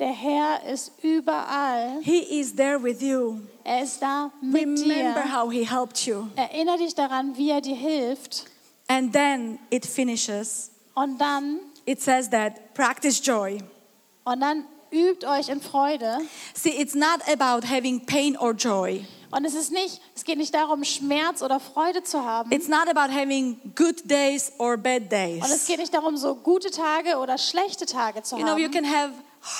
S3: Der Herr ist überall.
S2: He is there with you.
S3: Er ist da mit
S2: Remember
S3: dir.
S2: how He helped you.
S3: Erinnere dich daran, wie er dir hilft.
S2: And then it finishes.
S3: Und dann,
S2: It says that practice joy.
S3: und dann übt euch in Freude.
S2: See, it's not about having pain or joy.
S3: Und es ist nicht, es geht nicht darum, Schmerz oder Freude zu haben.
S2: It's not about having good days or bad
S3: Und es
S2: days.
S3: geht nicht darum, so gute Tage oder schlechte Tage zu
S2: You know, you
S3: haben.
S2: can have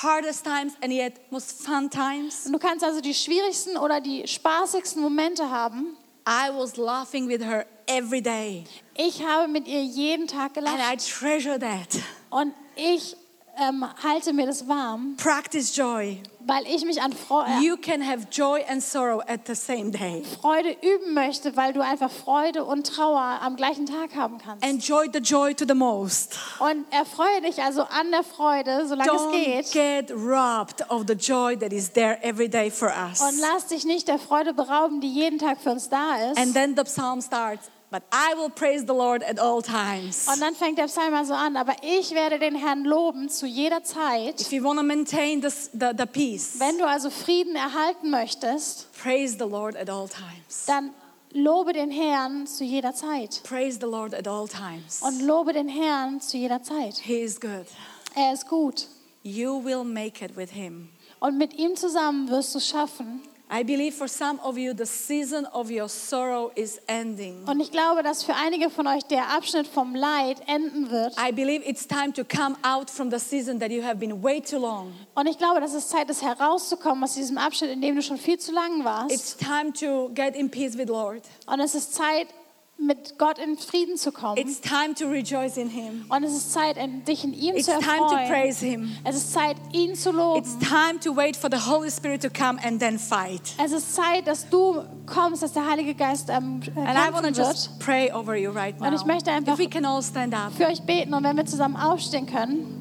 S2: hardest times and yet most fun times.
S3: Du kannst also die schwierigsten oder die spaßigsten Momente haben.
S2: I was laughing with her every day,
S3: Ich habe mit ihr jeden Tag
S2: and I
S3: gelacht
S2: treasure that.
S3: und ich ähm, halte mir das warm,
S2: Practice joy.
S3: weil ich mich an Fre äh,
S2: You can have joy and sorrow at the same day.
S3: Freude üben möchte, weil du einfach Freude und Trauer am gleichen Tag haben kannst.
S2: Enjoy the joy to the most.
S3: Und erfreue dich also an der Freude, solange es
S2: Don't
S3: geht.
S2: get robbed of the joy that is there every day for us.
S3: Und lass dich nicht der Freude berauben, die jeden Tag für uns da ist.
S2: And then the psalm starts. But I will praise the Lord at all times.
S3: Und dann fängt der Psalm also an, aber ich werde den Herrn loben zu jeder Zeit.
S2: If you want to maintain this, the, the peace,
S3: Wenn du also Frieden erhalten möchtest,
S2: praise the Lord at all times.
S3: dann lobe den Herrn zu jeder Zeit.
S2: Praise the Lord at all times.
S3: Und lobe den Herrn zu jeder Zeit.
S2: He is good.
S3: Er ist gut.
S2: You will make it with Him.
S3: Und mit ihm zusammen wirst du es schaffen.
S2: I believe for some of you, the season of your sorrow is ending.
S3: Und ich glaube, dass für einige von euch der Abschnitt vom Leid enden wird.
S2: I believe it's time to come out from the season that you have been way too long.
S3: Und ich glaube, dass es Zeit ist, herauszukommen aus diesem Abschnitt, in dem du schon viel zu lang
S2: It's
S3: warst.
S2: time to get in peace with Lord.
S3: Und es ist Zeit, mit Gott in Frieden zu kommen.
S2: It's time to rejoice in Him.
S3: Und es ist Zeit, in- dich in ihm
S2: It's
S3: zu
S2: time to
S3: erfreuen.
S2: praise Him.
S3: Es ist Zeit, ihn zu loben.
S2: It's time to wait for the Holy Spirit to come and then fight.
S3: Es ist Zeit, dass du kommst, dass der Heilige Geist ähm, äh,
S2: And I want to
S3: kämpfen wird.
S2: just pray over you right now.
S3: Und ich möchte einfach-
S2: if we can all stand up.
S3: Für euch beten und wenn wir zusammen aufstehen können.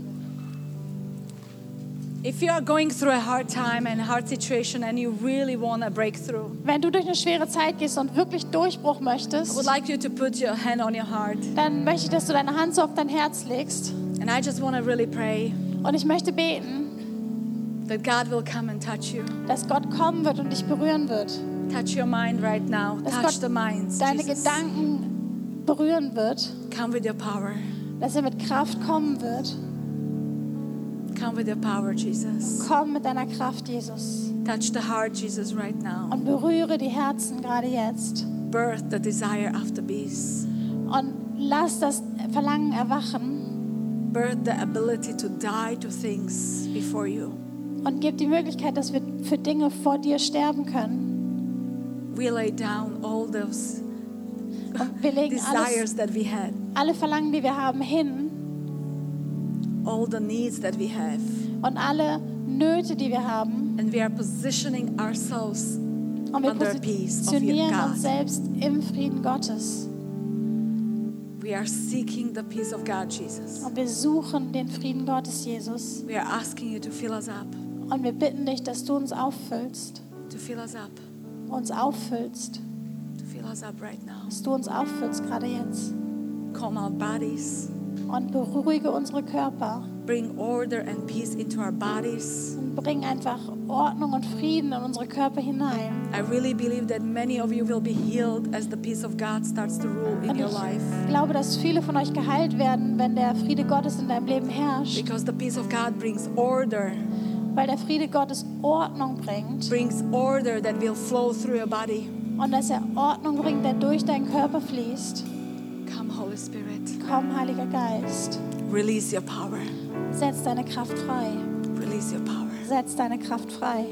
S2: If you are going through a hard time and a hard situation and you really want a breakthrough,
S3: Wenn du durch eine schwere Zeit gehst und wirklich
S2: I
S3: Durchbruch
S2: would
S3: möchtest,
S2: like you to put your hand on your heart.
S3: dann möchte ich, dass du deine Hand so auf dein Herz legst.
S2: And I just want to really pray
S3: Und ich möchte beten,
S2: that God will come and touch you.
S3: dass Gott kommen wird und dich berühren wird.
S2: Touch your mind right now.
S3: Dass
S2: touch
S3: Gott
S2: the minds.
S3: Deine
S2: Jesus.
S3: Gedanken berühren wird.
S2: Come with your power.
S3: Dass er mit Kraft kommen wird.
S2: Come with your power, Jesus.
S3: Komm mit deiner Kraft, Jesus.
S2: Touch the heart, Jesus, right now.
S3: Und berühre die Herzen gerade jetzt.
S2: Birth the desire after peace.
S3: Und lass das Verlangen erwachen.
S2: Birth the ability to die to things before you.
S3: und gib die Möglichkeit, dass wir für Dinge vor dir sterben können.
S2: We lay down all those
S3: Und wir legen alles,
S2: desires that we had,
S3: alle Verlangen, die wir haben, hin
S2: all the needs that we have,
S3: und alle Nöte, die wir haben.
S2: and we are positioning ourselves
S3: Und wir
S2: Under the peace of your
S3: positionieren
S2: God.
S3: uns selbst im Frieden Gottes.
S2: We are seeking the peace of God, Jesus.
S3: Und wir suchen den Frieden Gottes, Jesus.
S2: We are asking you to fill us up,
S3: Und wir bitten dich, dass du uns auffüllst.
S2: to fill us up,
S3: Uns
S2: to
S3: auffüllst.
S2: fill us up right now.
S3: Dass du uns auffüllst, gerade jetzt.
S2: Calm our bodies,
S3: Und beruhige unsere Körper.
S2: bring order and peace into our bodies.
S3: Und bring einfach Ordnung und Frieden in unsere Körper hinein.
S2: I really believe that many of you will be healed as the peace of God starts to rule in
S3: Und
S2: your
S3: ich
S2: life.
S3: glaube, dass viele von euch geheilt werden, wenn der Friede Gottes in deinem Leben herrscht,
S2: Because the peace of God brings order,
S3: weil der Friede Gottes Ordnung bringt
S2: brings order that will flow through your body.
S3: und dass er Ordnung bringt, der durch deinen Körper fließt.
S2: Come, Holy Spirit,
S3: Komm, Heiliger Geist,
S2: release your power,
S3: setz deine Kraft frei,
S2: release your power.
S3: setz deine Kraft frei.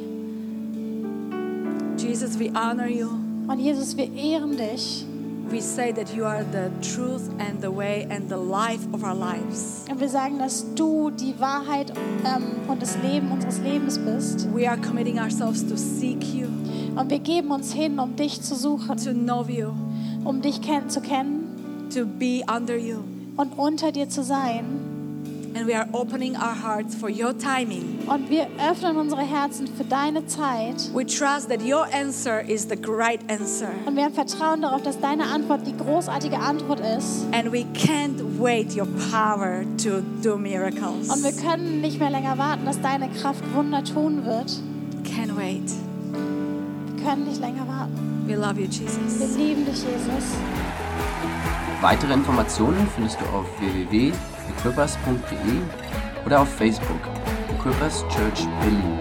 S2: Jesus, we honor you.
S3: Und Jesus, wir ehren dich
S2: We say that you are the truth and the way and the life of our lives.
S3: und wir sagen, dass du die Wahrheit ähm, und das Leben unseres Lebens bist.
S2: We are committing ourselves to seek you,
S3: Und wir geben uns hin, um dich zu suchen,
S2: to know you,
S3: um dich ken zu kennen
S2: to be under you,
S3: und unter dir zu sein
S2: and and we are opening our hearts for your timing.
S3: Und wir öffnen unsere Herzen für deine Zeit.
S2: We trust that your answer is the right answer.
S3: Und wir haben Vertrauen darauf, dass deine Antwort die großartige Antwort ist.
S2: And we can't wait your power to do miracles.
S3: Und wir können nicht mehr länger warten, dass deine Kraft Wunder tun wird.
S2: Can't wait.
S3: Wir können nicht länger warten.
S2: We love you,
S3: Wir
S2: Jesus.
S3: lieben dich, Jesus.
S1: Weitere Informationen findest du auf www.equippers.de oder auf Facebook Equippers Church Berlin.